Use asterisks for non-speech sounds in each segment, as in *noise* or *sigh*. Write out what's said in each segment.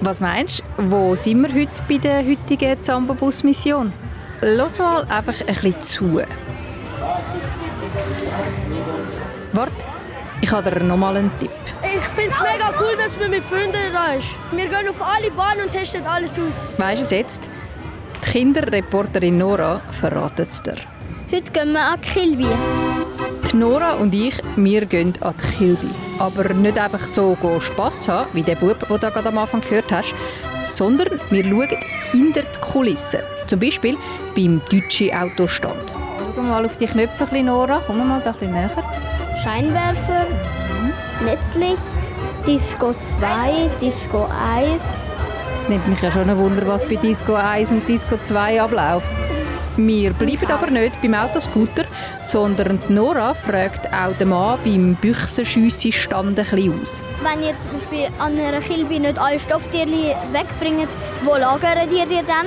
Was meinst du, wo sind wir heute bei der heutigen Zambobus-Mission? Los mal einfach ein bisschen zu. Warte, ich habe dir nochmal einen Tipp. Ich finde es mega cool, dass man mit Freunden da ist. Wir gehen auf alle Bahnen und testen alles aus. Weißt du es jetzt? Die Kinderreporterin Nora verratet es dir. Heute gehen wir an die Kilby. Die Nora und ich, wir gehen an die Kilby. Aber nicht einfach so go Spass haben, wie der Bub, den du gerade am Anfang gehört hast, sondern wir schauen hinter die Kulissen. Zum Beispiel beim deutschen Autostand. Schau mal auf die Knöpfe, ein bisschen, Nora. Komm mal da ein bisschen näher. Scheinwerfer, Netzlicht, Disco 2, Disco 1. Nimmt mich ja schon ein Wunder, was bei Disco 1 und Disco 2 abläuft. Wir bleiben aber nicht beim Autoscooter, sondern die Nora fragt auch den Mann beim Büchsenschüssenstand ein bisschen aus. Wenn ihr zum Beispiel an einer Kilby nicht alle Stofftiere wegbringt, wo lagert ihr die dann?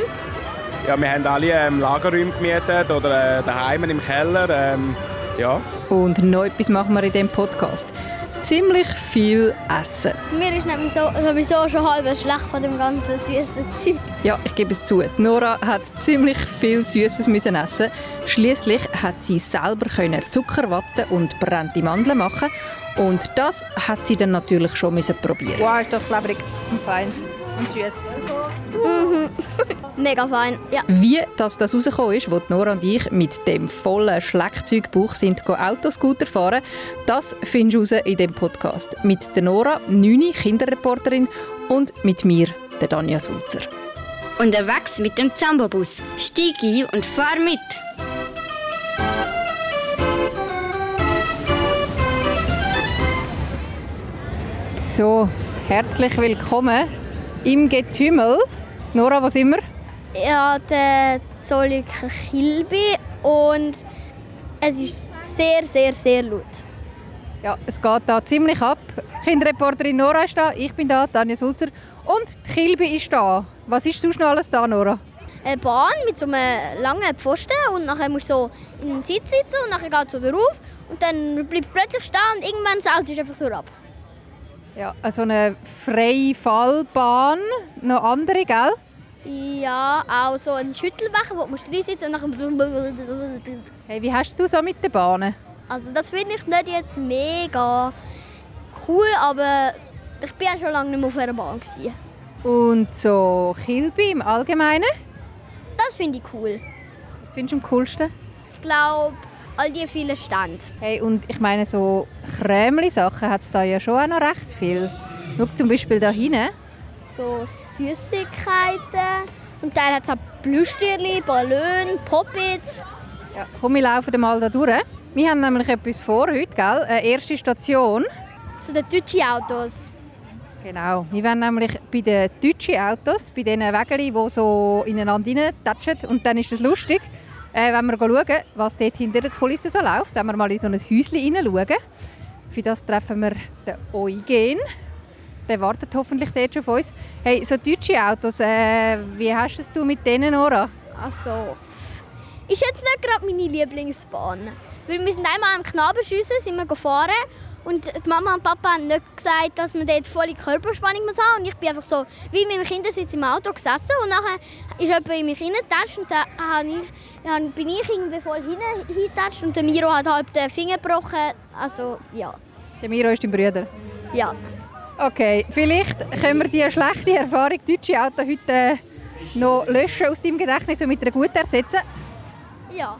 Ja, wir haben alle ähm, Lagerräume gemietet oder äh, daheim im Keller. Ähm, ja. Und noch etwas machen wir in diesem Podcast. Ziemlich viel Essen. Mir ist nämlich so, sowieso schon halb schlecht von dem ganzen süßen Zeug. Ja, ich gebe es zu. die Nora hat ziemlich viel Süßes müssen essen. Schließlich hat sie selber können Zuckerwatte und brennte Mandeln machen und das hat sie dann natürlich schon müssen probieren. Wow, ist doch klebrig und fein und süß. Mega fein. Ja. Wie das, das rausgekommen ist, wo die Nora und ich mit dem vollen Schleckzeugbauch sind, go Autoscooter fahren, das findest du raus in dem Podcast. Mit der Nora, 9 Kinderreporterin und mit mir, der Danja Sulzer. Unterwegs mit dem Zambobus. Steig ein und fahr mit. So, herzlich willkommen im Getümmel. Nora, was immer? Ja, der Zolliker Kilby und es ist sehr, sehr, sehr laut. Ja, es geht da ziemlich ab. Kinderreporterin Nora ist da, ich bin da, Tanja Sulzer. Und die Kilby ist da. Was ist sonst noch alles da, Nora? Eine Bahn mit so einem langen Pfosten und nachher musst du so in den Sitz sitzen und nachher geht es so drauf und dann bleibt plötzlich stehen und irgendwann das Auto ist einfach so ab. Ja, Äh, so eine freie Fallbahn. Noch andere, gell? Ja, auch so ein Schüttelbecher, wo du musst reinsitzen und nachher... *laughs* Hey, wie hast du so mit den Bahnen? Also das finde ich nicht jetzt mega cool, aber ich bin ja schon lange nicht mehr auf einer Bahn. Gewesen. Und so Kilby im Allgemeinen? Das finde ich cool. Was findest du am coolsten? Ich glaube, all die vielen Stände. Hey, und ich meine, so Krämli-Sachen hat es da ja schon auch noch recht viel. Schau zum Beispiel da hinten. So Süßigkeiten. Zum Teil hat es auch Plüschtierli, Ballon, Poppits. Ja, komm, wir laufen mal da durch. Wir haben nämlich etwas vor heute, gell? Eine erste Station. Zu den deutschen Autos. Genau. Wir wollen nämlich bei den deutschen Autos, bei diesen Wägeln, die so ineinander hineintatschen, und dann ist es lustig, äh, wenn wir schauen, was dort hinter der Kulisse so läuft, wenn wir mal in so ein Häuschen hineinschauen. Für das treffen wir den Eugen. Der wartet hoffentlich dort schon auf uns. Hey, so deutsche Autos, äh, wie hast es du mit denen, Nora? Also, ist jetzt nicht gerade meine Lieblingsbahn. Weil wir sind einmal am Knabenschüssen, sind wir gefahren und die Mama und Papa haben nicht gesagt, dass man dort volle Körperspannung muss haben und ich bin einfach so wie mit dem Kindersitz im Auto gesessen und nachher ist jemand in mich reingetatscht und dann habe ich, ja, bin ich irgendwie voll hinein- hineingetatscht und der Miro hat halb den Finger gebrochen. Also, ja. Der Miro ist dein Bruder. Ja. Okay, vielleicht können wir diese schlechte Erfahrung deutsche Auto heute äh, noch löschen aus deinem Gedächtnis und mit einer guten ersetzen. Ja.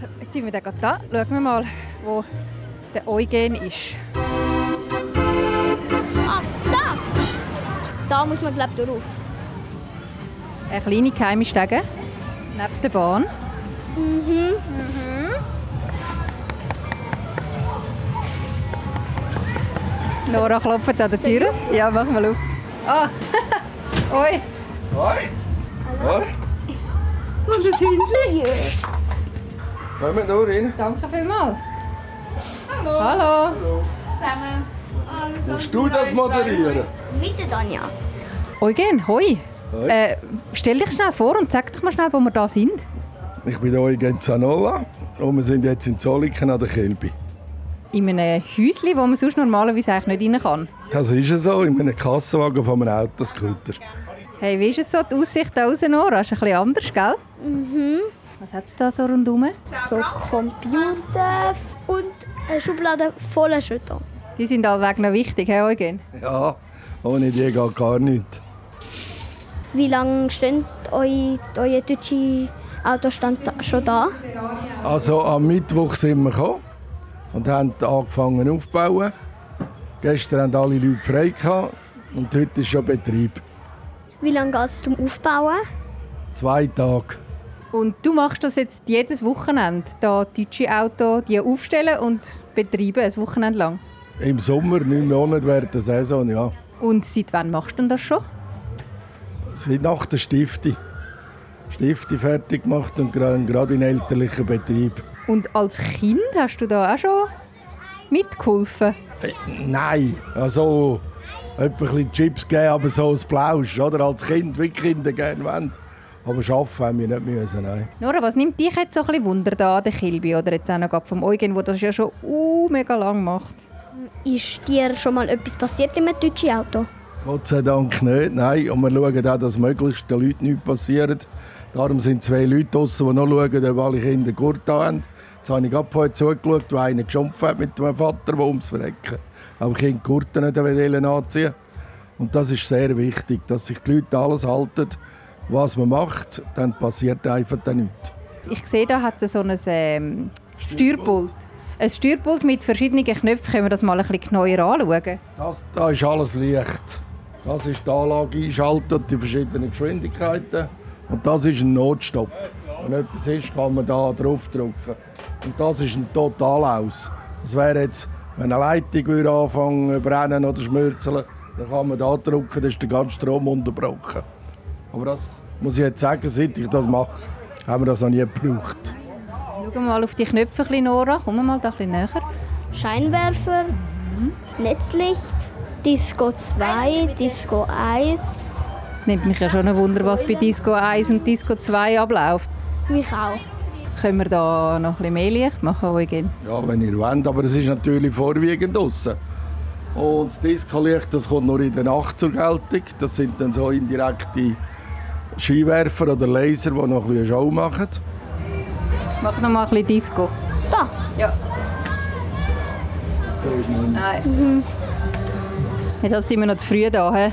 So, jetzt sind wir dann gerade da. Schauen wir mal, wo der Eugen ist. Ah, da! Da muss man, glaube ich, drauf. Eine kleine geheime Stege neben der Bahn. Mhm, Nora klopft an der Tür. Ja, mach mal auf. Ah, *laughs* oi. Hoi! Hoi! Und das Hündchen hier. Kommt nur rein. Danke vielmals. Hallo. Hallo. Musst du das moderieren? Weiter, Danja. Eugen, hoi. Hoi. Äh, stell dich schnell vor und sag doch mal schnell, wo wir da sind. Ich bin Eugen Zanola und wir sind jetzt in Zolliken an der Kilby. in einem Häuschen, wo man sonst normalerweise eigentlich nicht rein kann. Das ist ja so, in einem Kassenwagen von einem Autoscooter. Hey, wie ist es so, die Aussicht da raus, Nora? Ist ein bisschen anders, gell? Mhm. Was hat es da so rundherum? So Computer und eine Schublade voller Schütter. Die sind allweg noch wichtig, hey Eugen? Ja, ohne die geht gar nichts. Wie lange steht eu- euer deutsche Autostand da- schon da? Also am Mittwoch sind wir gekommen und haben angefangen aufzubauen. Gestern haben alle Leute frei gehabt und heute ist schon Betrieb. Wie lange geht es zum Aufbauen? Zwei Tage. Und du machst das jetzt jedes Wochenende, da deutsche Auto die aufstellen und betreiben, ein Wochenende lang. Im Sommer, neun Monate während der Saison, ja. Und seit wann machst du denn das schon? Seit nach der Stifte. Stifte fertig gemacht und gerade gerade in elterlichen Betrieb. Und als Kind hast du da auch schon mitgeholfen? Nein, also etwa ein bisschen Chips geben, aber so ein Plausch, oder? Als Kind, wie die Kinder gerne wollen. Aber arbeiten haben wir nicht müssen, nein. Nora, was nimmt dich jetzt so ein bisschen Wunder da an der Kilby oder jetzt auch noch gerade vom Eugen, der das ja schon uh, mega lang macht? Ist dir schon mal etwas passiert in einem deutschen Auto? Gott sei Dank nicht, nein. Und wir schauen auch, dass möglichst den Leuten nichts passiert. Darum sind zwei Leute draussen, die noch schauen, ob alle Kinder Gurt haben. Jetzt habe ich gerade vorher zugeschaut, wo einer geschumpft hat mit dem Vater, der ums Verrecken. Aber Kinder die Gurten nicht wollen anziehen. Und das ist sehr wichtig, dass sich die Leute alles halten, was man macht, dann passiert einfach dann nichts. Ich sehe, da hat es so ein ähm, Steuerpult. Ein Steuerpult mit verschiedenen Knöpfen, können wir das mal ein bisschen genauer anschauen. Das da ist alles Licht. Das ist die Anlage einschaltet, die verschiedenen Geschwindigkeiten. Und das ist ein Notstopp. Wenn etwas ist, kann man da draufdrücken. Und das ist ein Totalaus. Das wäre jetzt, wenn eine Leitung würde anfangen zu brennen oder schmürzeln, dann kann man da drücken, dann ist der ganze Strom unterbrochen. Aber das muss ich jetzt sagen, seit ich das mache, haben wir das noch nie gebraucht. Schauen wir mal auf die Knöpfe, ein bisschen, Nora. Kommen wir mal da ein bisschen näher. Scheinwerfer, Netzlicht, Disco 2, Disco 1. Nimmt mich ja schon ein Wunder, was bei Disco 1 und Disco 2 abläuft. Mich auch. Können wir da noch ein bisschen mehr Licht machen, Eugen? Ja, wenn ihr wollt, aber es ist natürlich vorwiegend draussen. Und das Discolicht, das kommt nur in der Nacht zur Geltung. Das sind dann so indirekte Skiwerfer oder Laser, die noch ein bisschen Show machen. Mach noch mal ein bisschen Disco. Da. Ja. Das zählt noch nicht. Jetzt Mhm. sind wir noch zu früh da. He?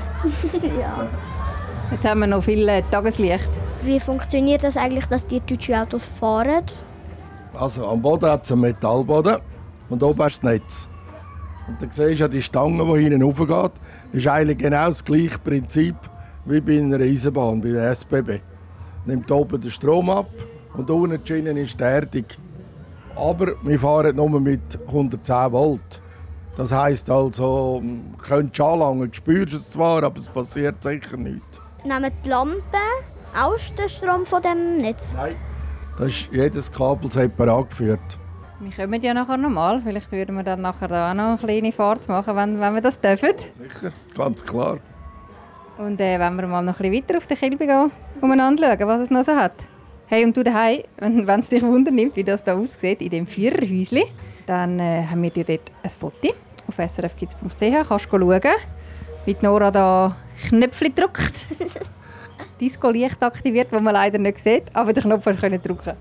Jetzt haben wir noch viel äh, Tageslicht. Wie funktioniert das eigentlich, dass die deutschen Autos fahren? Also am Boden hat es einen Metallboden und oben hast du das Netz. Und dann siehst du ja die Stange, die hinten raufgeht. ist eigentlich genau das gleiche Prinzip wie bei einer Eisenbahn, bei der SBB. Nimmt oben den Strom ab und unten die Schiene ist die Erdung. Aber wir fahren nur mit 110 Volt. Das heisst also, m, könntest du anlangen, du spürst es zwar, aber es passiert sicher nichts. Nehmen die Lampen aus dem Strom von dem Netz? Das ist jedes Kabel separat geführt. Wir kommen ja nachher nochmal. Vielleicht würden wir dann nachher da auch noch eine kleine Fahrt machen, wenn, wenn wir das dürfen. Sicher, ganz klar. Und äh, wenn wir mal noch ein bisschen weiter auf den Kilbe gehen, umeinander schauen, was es noch so hat. Hey, und du daheim, wenn es dich wundern nimmt, wie das da aussieht, in dem Viererhäuschen, dann äh, haben wir dir dort ein Foto auf srfkids.ch. Kannst du schauen, wie die Nora da Knöpfchen drückt. Disco-Licht aktiviert, das man leider nicht sieht, aber den Knopf können drücken.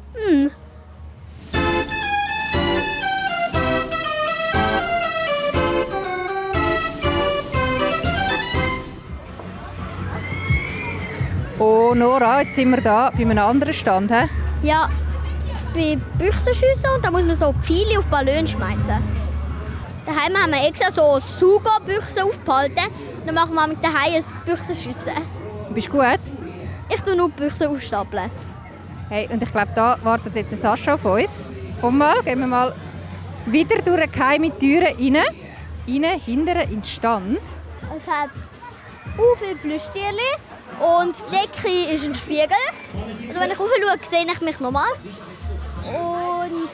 Oh, Nora, jetzt sind wir da bei einem anderen Stand. He? Ja, bei Büchsenschüssen und da muss man so Pfeile auf Ballon schmeißen. Daheim haben wir extra so Sugo-Büchsen aufgehalten. Dann machen wir mit daheim ein Büchsenschüssen. Bist du gut? Ich tue nur die Büchsen aufstapeln. Hey, und ich glaube, da wartet jetzt ein Sascha auf uns. Komm mal, gehen wir mal wieder durch eine geheime Tür rein. Rein, hinten in den Stand. Es hat u viele Plüschtierchen und die Decke ist ein Spiegel. Und wenn ich rauf schaue, sehe ich mich nochmal. Und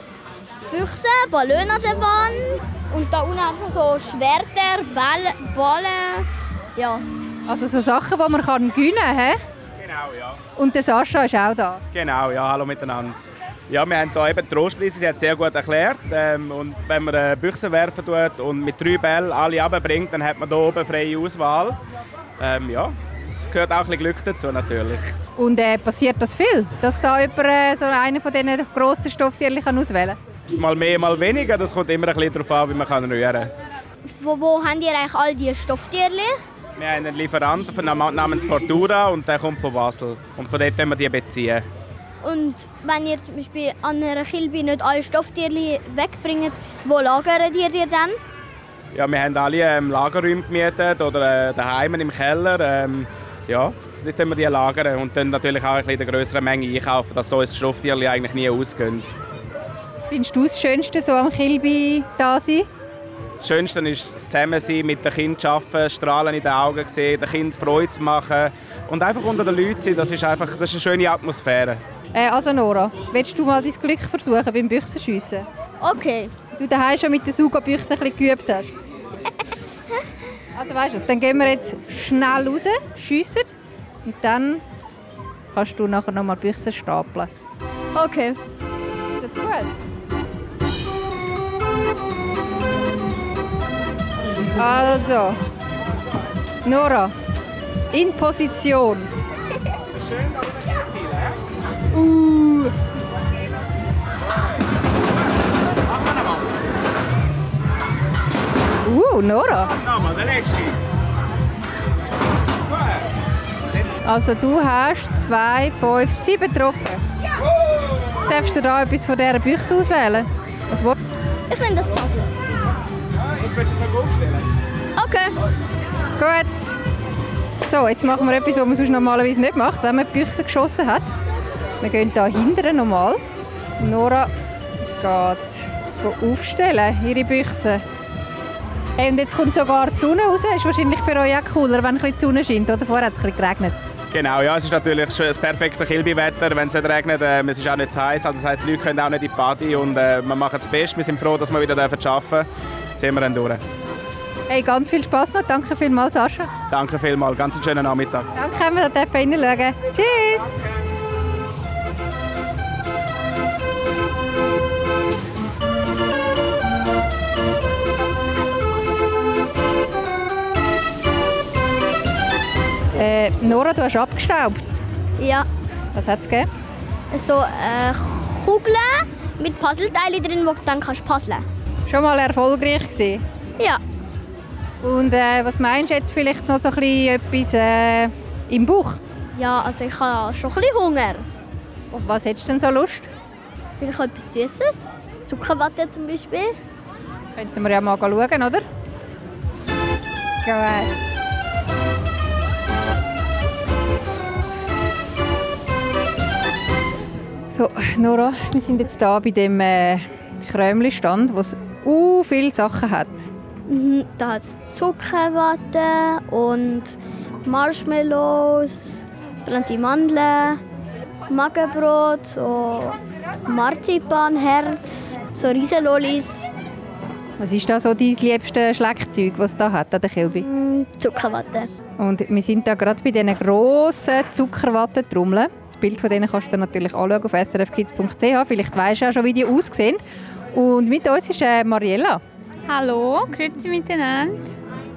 Büchse, Ballon an der Wand und da unten einfach so Schwerter, Bälle, Ballen. Ja, Also so Sachen, die man kann gewinnen kann. Genau, ja. Und der Sascha ist auch da. Genau, ja, hallo miteinander. Ja, wir haben hier eben die Trostpreise, sie hat es sehr gut erklärt. Ähm, und wenn man äh, Büchse werfen tut und mit drei Bällen alle runterbringt, dann hat man hier oben freie Auswahl. Ähm, ja, es gehört auch ein bisschen Glück dazu natürlich. Und äh, passiert das viel, dass da jemand äh, so einen von diesen grossen Stofftierchen kann auswählen kann? Mal mehr, mal weniger, das kommt immer ein bisschen darauf an, wie man kann rühren kann. Von wo habt ihr eigentlich all diese Stofftierchen? Wir haben einen Lieferanten von- namens Fortura und der kommt von Basel. Und von dort können wir die beziehen. Und wenn ihr zum Beispiel an einer Kilbe nicht alle Stofftierchen wegbringt, wo lagert ihr die dann? Ja, wir haben alle ähm, Lagerräume gemietet oder äh, daheim im Keller. Ähm, ja, dort können wir die lagern und dann natürlich auch ein bisschen in der grösseren Menge einkaufen, dass da unsere Stofftierchen eigentlich nie ausgehen. Was findest du das Schönste so am Kilby da sein? Das Schönste ist das Zusammensein, mit den Kindern zu arbeiten, Strahlen in den Augen sehen, den Kindern Freude zu machen und einfach unter den Leuten sein, das ist einfach das ist eine schöne Atmosphäre. Äh, also Nora, willst du mal dein Glück versuchen beim Büchsenschiessen? Okay. Du daheim schon mit der Sugo-Büchse ein bisschen geübt hast. Also weißt du, es, dann gehen wir jetzt schnell raus, schiessen und dann kannst du nachher nochmal Büchse stapeln. Okay. Ist das gut? Also, Nora, in Position. Uh. Uh, Nora. Nochmal, der letzte. Also du hast 2, 5, 7 getroffen. Darfst du da etwas von dieser Büchse auswählen? Was willst Ich nehme das Puzzle. Jetzt willst du es noch aufstellen? Okay. du? Gut. So, jetzt machen wir etwas, was man sonst normalerweise nicht macht, wenn man die Büchse geschossen hat. Wir gehen da hinten nochmal. Nora geht geht aufstellen, ihre Büchse. Hey, und jetzt kommt sogar die Sonne raus. Ist wahrscheinlich für euch auch cooler, wenn ein bisschen die Sonne scheint. Oder vorher hat es ein bisschen geregnet. Genau, ja, es ist natürlich schön- das perfekte Kilbi-Wetter, wenn es nicht regnet, ähm, es ist auch nicht zu heiß, also das heißt, die Leute können auch nicht in die Party und äh, wir machen das Beste, wir sind froh, dass wir wieder arbeiten dürfen. Jetzt sind wir dann durch. Hey, ganz viel Spaß noch. Danke vielmals, Sascha. Danke vielmals, ganz einen schönen Nachmittag. Danke, können wir da reinschauen. Tschüss! Äh, Nora, du hast abgestaubt. Ja. Was hat es gegeben? So äh, Kugeln mit Puzzleteilen drin, wo du dann kannst puzzeln Schon mal erfolgreich gewesen. Ja. Und äh, was meinst du jetzt vielleicht noch so ein bisschen etwas äh, im Bauch? Ja, also ich habe schon ein bisschen Hunger. Auf was hättest du denn so Lust? Will ich etwas Süßes? Zuckerwatte zum Beispiel. Könnten wir ja mal schauen, oder? Gut. So, Nora, wir sind jetzt hier bei dem äh, Krömli-Stand, wo es uh, viele Sachen hat. Mhm, Da hat es Zuckerwatte und Marshmallows, brannte Mandeln, Magenbrot, so Marzipanherz, so Riesenlollis, Was ist da so dein liebste Schleckzeug, was es da hat an der Kilby? mm, Zuckerwatte. Und wir sind da gerade bei diesen grossen Zuckerwattentrommeln. Das Bild von denen kannst du dir natürlich anschauen auf srfkids.ch. Vielleicht weisst du auch schon, wie die aussehen. Und mit uns ist äh, Mariella. Hallo, grüezi miteinander.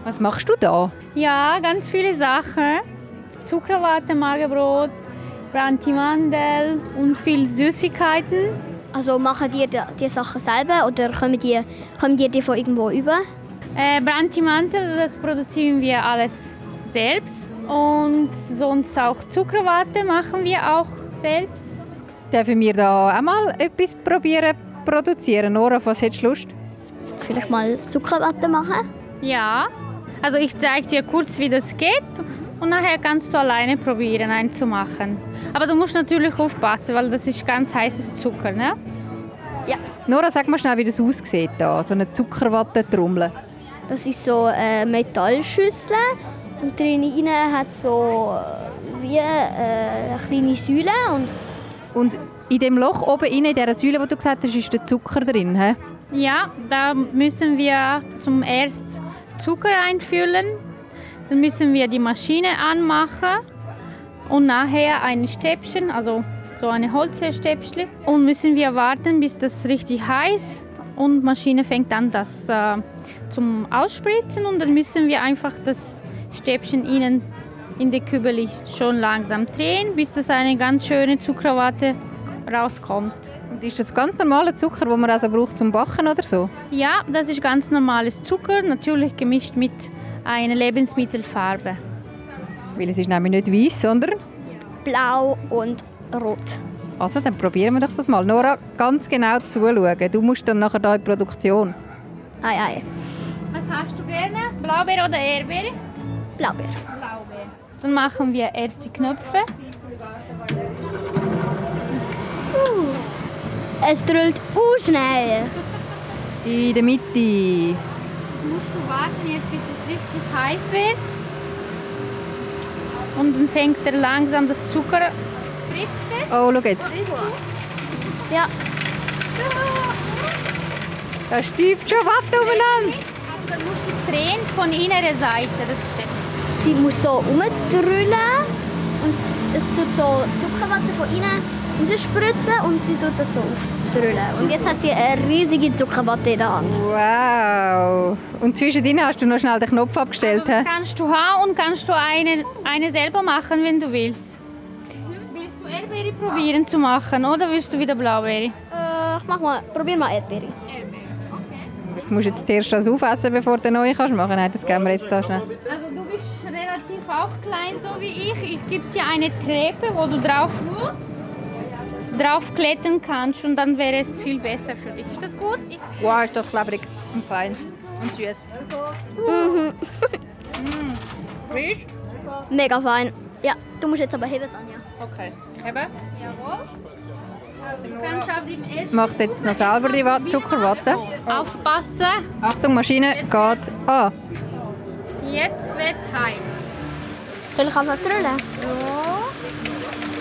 Was machst du da? Ja, ganz viele Sachen. Zuckerwatte, Magerbrot, brannte Mandel und viel Süßigkeiten. Also machen die da- die Sachen selber oder kommen die, kommen die, die von irgendwo über? Äh, brannte Mandel, das produzieren wir alles selbst. Und sonst auch Zuckerwatte machen wir auch selbst. Dürfen wir da auch mal etwas probieren produzieren? Nora, auf was hättest du Lust? Vielleicht mal Zuckerwatte machen? Ja, also ich zeige dir kurz, wie das geht. Und nachher kannst du alleine probieren, einen zu machen. Aber du musst natürlich aufpassen, weil das ist ganz heißes Zucker, ne? Nora, sag mal schnell, wie das aussieht da, so eine Zuckerwattentrommel. Das ist so äh, Metallschüssel und drin hinein hat es so äh, wie äh, eine kleine Säule und Und in dem Loch oben rein, in dieser Säule, die du gesagt hast, ist der Zucker drin. He? Ja, da müssen wir zum erst Zucker einfüllen. Dann müssen wir die Maschine anmachen und nachher ein Stäbchen, also so ein Holzstäbchen. Und müssen wir warten, bis das richtig heiß und Maschine fängt an, das äh, zum Ausspritzen und dann müssen wir einfach das Stäbchen innen in der Kübel schon langsam drehen, bis das eine ganz schöne Zuckerwatte rauskommt. Und ist das ganz normaler Zucker, den man also braucht zum Backen oder so? Ja, das ist ganz normales Zucker, natürlich gemischt mit einer Lebensmittelfarbe. Weil es ist nämlich nicht weiß, sondern... Blau und rot. Also, dann probieren wir doch das mal. Nora, ganz genau zuschauen. Du musst dann nachher da in die Produktion. Ei, ei. Was hast du gerne? Blaubeer oder Erdbeere? Blaubeer. Blaubeer. Dann machen wir erst die Knöpfe. Es drüllt uh, schnell. In der Mitte. musst du warten jetzt, bis es richtig heiß wird. Und dann fängt er langsam das Zucker spritzt es. Oh, schau jetzt. Ja, Da stiebt schon Watte umeinander. Aber Also dann musst du drehen von innerer Seite. Das stimmt. sie muss so umdrüllen und es, es tut so Zuckerwatte von innen rausspritzen und sie tut das so aufdrüllen. Und jetzt hat sie eine riesige Zuckerwatte in der Hand. Wow. Und zwischendrin hast du noch schnell den Knopf abgestellt. hä? Also Kannst du haben und kannst du eine, eine selber machen, wenn du willst. Willst du Erdbeere probieren zu machen oder willst du wieder Blaubeere? Äh, ich mach mal, probier mal Erdbeere. Jetzt musst du jetzt zuerst das aufessen, bevor du den neuen kannst machen. Nein, das geben wir jetzt da schnell. Also du bist relativ auch klein, so wie ich. Ich gebe dir eine Treppe, wo du drauf, drauf klettern kannst und dann wäre es viel besser für dich. Ist das gut? Ich Wow, ist doch klebrig und fein. Und süß. Frisch? Mega fein. Ja, du musst jetzt aber heben, Tanja. Okay. Ich habe. Jawohl. Du kannst auf dem ersten Macht jetzt noch selber die Wa- Zuckerwatte. Aufpassen, Achtung, Maschine geht an. jetzt wird heiß. Soll ich einfach drüllen?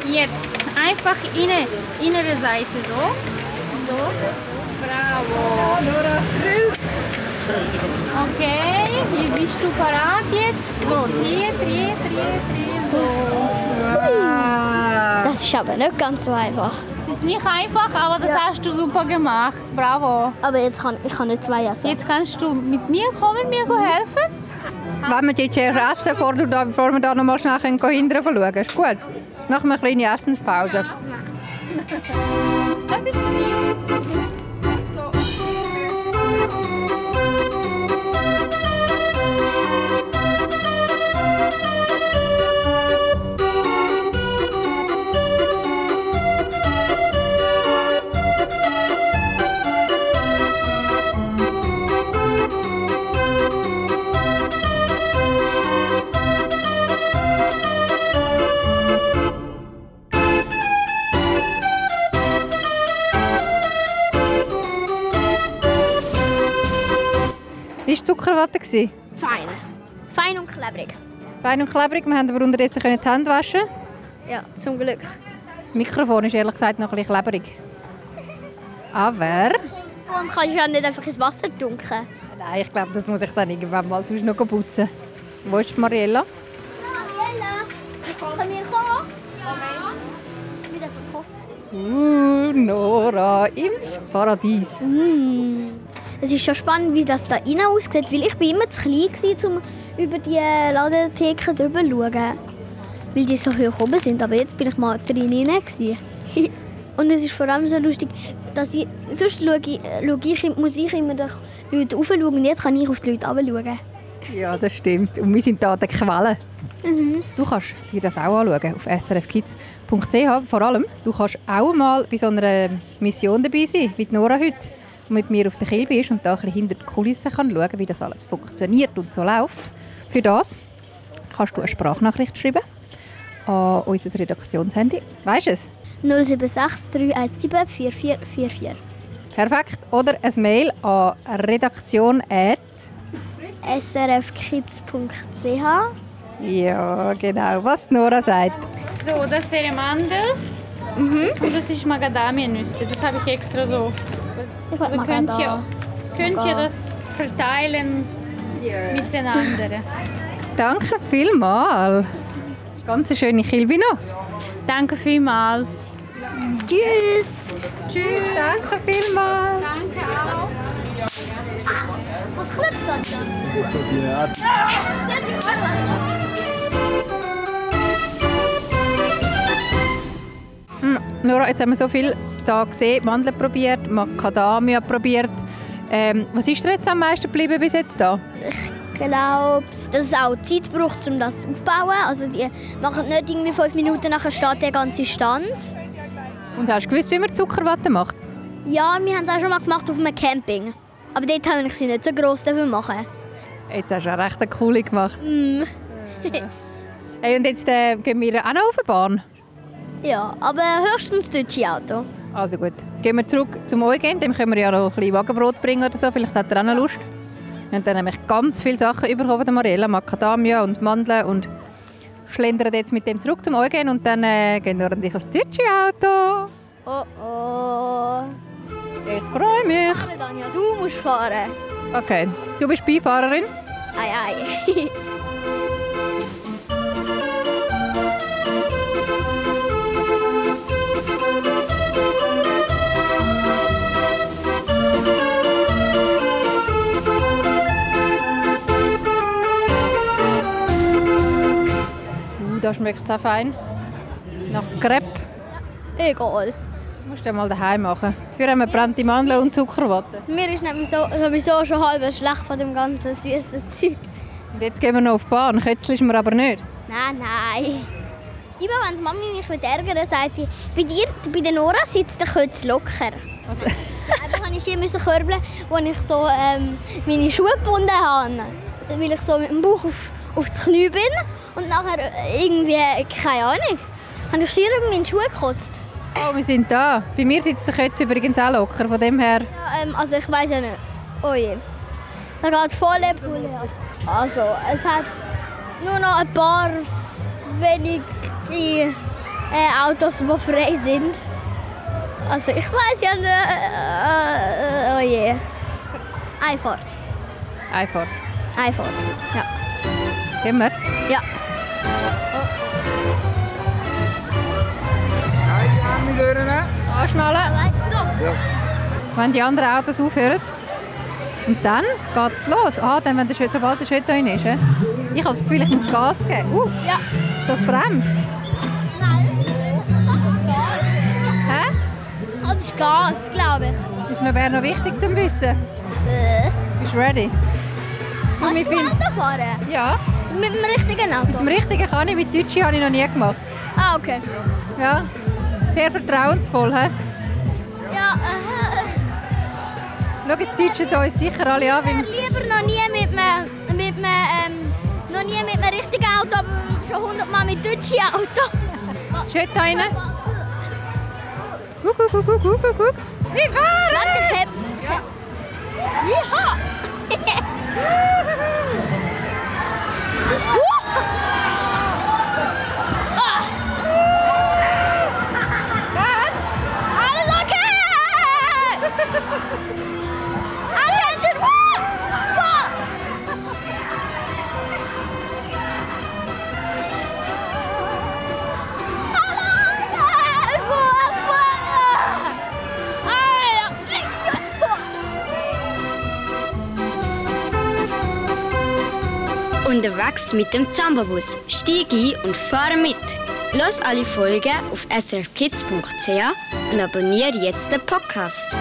Jetzt einfach inne, innere Seite so. So. Bravo. Okay, hier bist du parat jetzt. So, dreh, dreh, dreh, dreh. So. Das ist aber nicht ganz so einfach. Es ist nicht einfach, aber das hast du super gemacht. Bravo. Aber jetzt kann ich kann nicht zwei essen. Jetzt kannst du mit mir kommen, mir helfen. Wenn wir jetzt erst essen, bevor, du da, bevor wir da noch mal schnell können gehen, hinterher schauen können. Ist gut. Machen wir eine kleine Essenspause. Das ist von ihm. Ist Zuckerwatte gewesen? Fein. Fein und klebrig. Fein und klebrig. Wir haben aber unterdessen können die Hände waschen. Ja, zum Glück. Das Mikrofon ist ehrlich gesagt noch ein bisschen klebrig. Aber... Und kannst du ja nicht einfach ins Wasser tunken. Nein, ich glaube, das muss ich dann irgendwann mal sonst noch putzen. Wo ist die Mariella? Mariella, können wir kommen? Ja. Mit dem Kopf. Uh, Nora im Paradies. Es ist schon spannend, wie das da innen aussieht, weil ich bin immer zu klein gewesen, um über die Ladentheke drüber zu schauen. Weil die so hoch oben sind, aber jetzt bin ich mal drin hinein. gewesen. *laughs* Und es ist vor allem so lustig, dass ich, sonst schaue ich, äh, schaue ich, muss ich immer nach Leuten rauf schauen und jetzt kann ich auf die Leute runter schauen. Ja, das stimmt. Und wir sind da an der Quelle. Du kannst dir das auch anschauen auf srfkids.ch. Vor allem, du kannst auch mal bei so einer Mission dabei sein, wie die Nora heute, die mit mir auf der Kilbe ist und da ein bisschen hinter die Kulissen kann schauen wie das alles funktioniert und so läuft. Für das kannst du eine Sprachnachricht schreiben an unser Redaktionshandy. Weißt du es? 076 317 4444. Perfekt. Oder ein Mail an redaktion. srfkids.ch Ja, genau, was Nora sagt. So, das wäre Mandel. Und das ist Macadamianüsse. Das habe ich extra so. Ich Also wollte könnt ihr, könnt ihr das verteilen miteinander. Danke vielmals. Ganz eine schöne Kilbino. Danke vielmals. Tschüss. Tschüss. Danke vielmals. Danke auch. Was klopft das? Nora, jetzt haben wir so viel da gesehen. Mandeln probiert, Macadamia probiert. Ähm, was ist dir jetzt am meisten geblieben bis jetzt da? Ich glaube, dass es auch Zeit braucht, um das aufzubauen. Also die machen nicht irgendwie fünf Minuten, nachher steht der ganze Stand. Und hast du gewusst, wie man Zuckerwatte macht? Ja, wir haben es auch schon mal gemacht auf einem Camping. Aber dort haben wir sie nicht so gross dafür machen. Jetzt hast du auch recht eine coole gemacht. Mm, Hey, und jetzt äh, gehen wir auch noch auf die Bahn. ja, aber höchstens deutsche Auto. Also gut, gehen wir zurück zum E Eugen, dem können wir ja noch ein bisschen Wagenbrot bringen oder so, vielleicht hat er auch noch Lust. Wir haben dann nämlich ganz viele Sachen bekommen von der Mariella, Macadamia und Mandeln und schlendern jetzt mit dem zurück zum Eugen und dann äh, gehen wir ordentlich aufs deutsche Auto. Oh oh. Ich freue mich. Aber Danja, du musst fahren. Okay, du bist Beifahrerin. Ei, ei. Uh, da schmeckt es auch fein. Nach Crepe. Egal. Musst du mal daheim machen. Für eine brennte Mandeln und Zuckerwatte. Mir ist nämlich so, sowieso schon halb schlecht von dem ganzen süßen Zeug. Und jetzt gehen wir noch auf die Bahn. Kötzl ist mir aber nicht. Nein, nein. Immer wenn die Mami mich mit ärgern sagt sie, bei dir, bei der Nora sitzt der Kötz locker. *laughs* Einfach habe ich immer so Körbel, wo ich so ähm, meine Schuhe gebunden habe. Weil ich so mit dem Bauch auf, auf das Knie bin und nachher irgendwie, keine Ahnung, habe ich schier über meine Schuhe gekotzt. Oh, wir sind da. Bei mir sitzt der Kötzl übrigens auch locker. Von dem her. Ja, ähm, also ich weiß ja nicht. Oh je. Da geht volle Pulle ab. Also, es hat nur noch ein paar wenige äh, Autos, die frei sind. Also ich weiß ja nicht. Äh, äh, oh je. Einfahrt. Einfach. Einfahrt. Ja. Gehen wir. Ja. Anschnallen, So. wenn die anderen Autos aufhören. Und dann geht's los. Ah, dann, wenn der Schritt, sobald der Schritt drin ist. hä? Ich habe das Gefühl, ich muss Gas geben. Uh, Ja. ist das Brems? Nein. Das Hä? ist Gas. Das ist Gas, glaube ich. Ist noch, wäre noch wichtig zum Wissen. Bist du ready? Kannst du finden- Auto fahren? Ja. Mit dem richtigen Auto? Im Richtigen kann ich, mit Deutschi habe ich noch nie gemacht. Ah, okay. Ja. Sehr vertrauensvoll. He? Ja, äh, Schau, es deutschen uns sicher alle an. wär Weil lieber noch nie mit einem, mit einem, ähm, noch nie mit einem richtigen Auto, aber schon hundertmal mit deutschen Auto. Schritt da rein. Guck, guck, guck, guck, guck, guck, guck. Wir fahren! Warte, ich hab... Ja. Alles okay! Attention! Woo! Woo! Unterwegs mit dem Zambobus. Steig ein und fahr mit. Los alle Folgen auf srfkids.ch und abonniere jetzt den Podcast.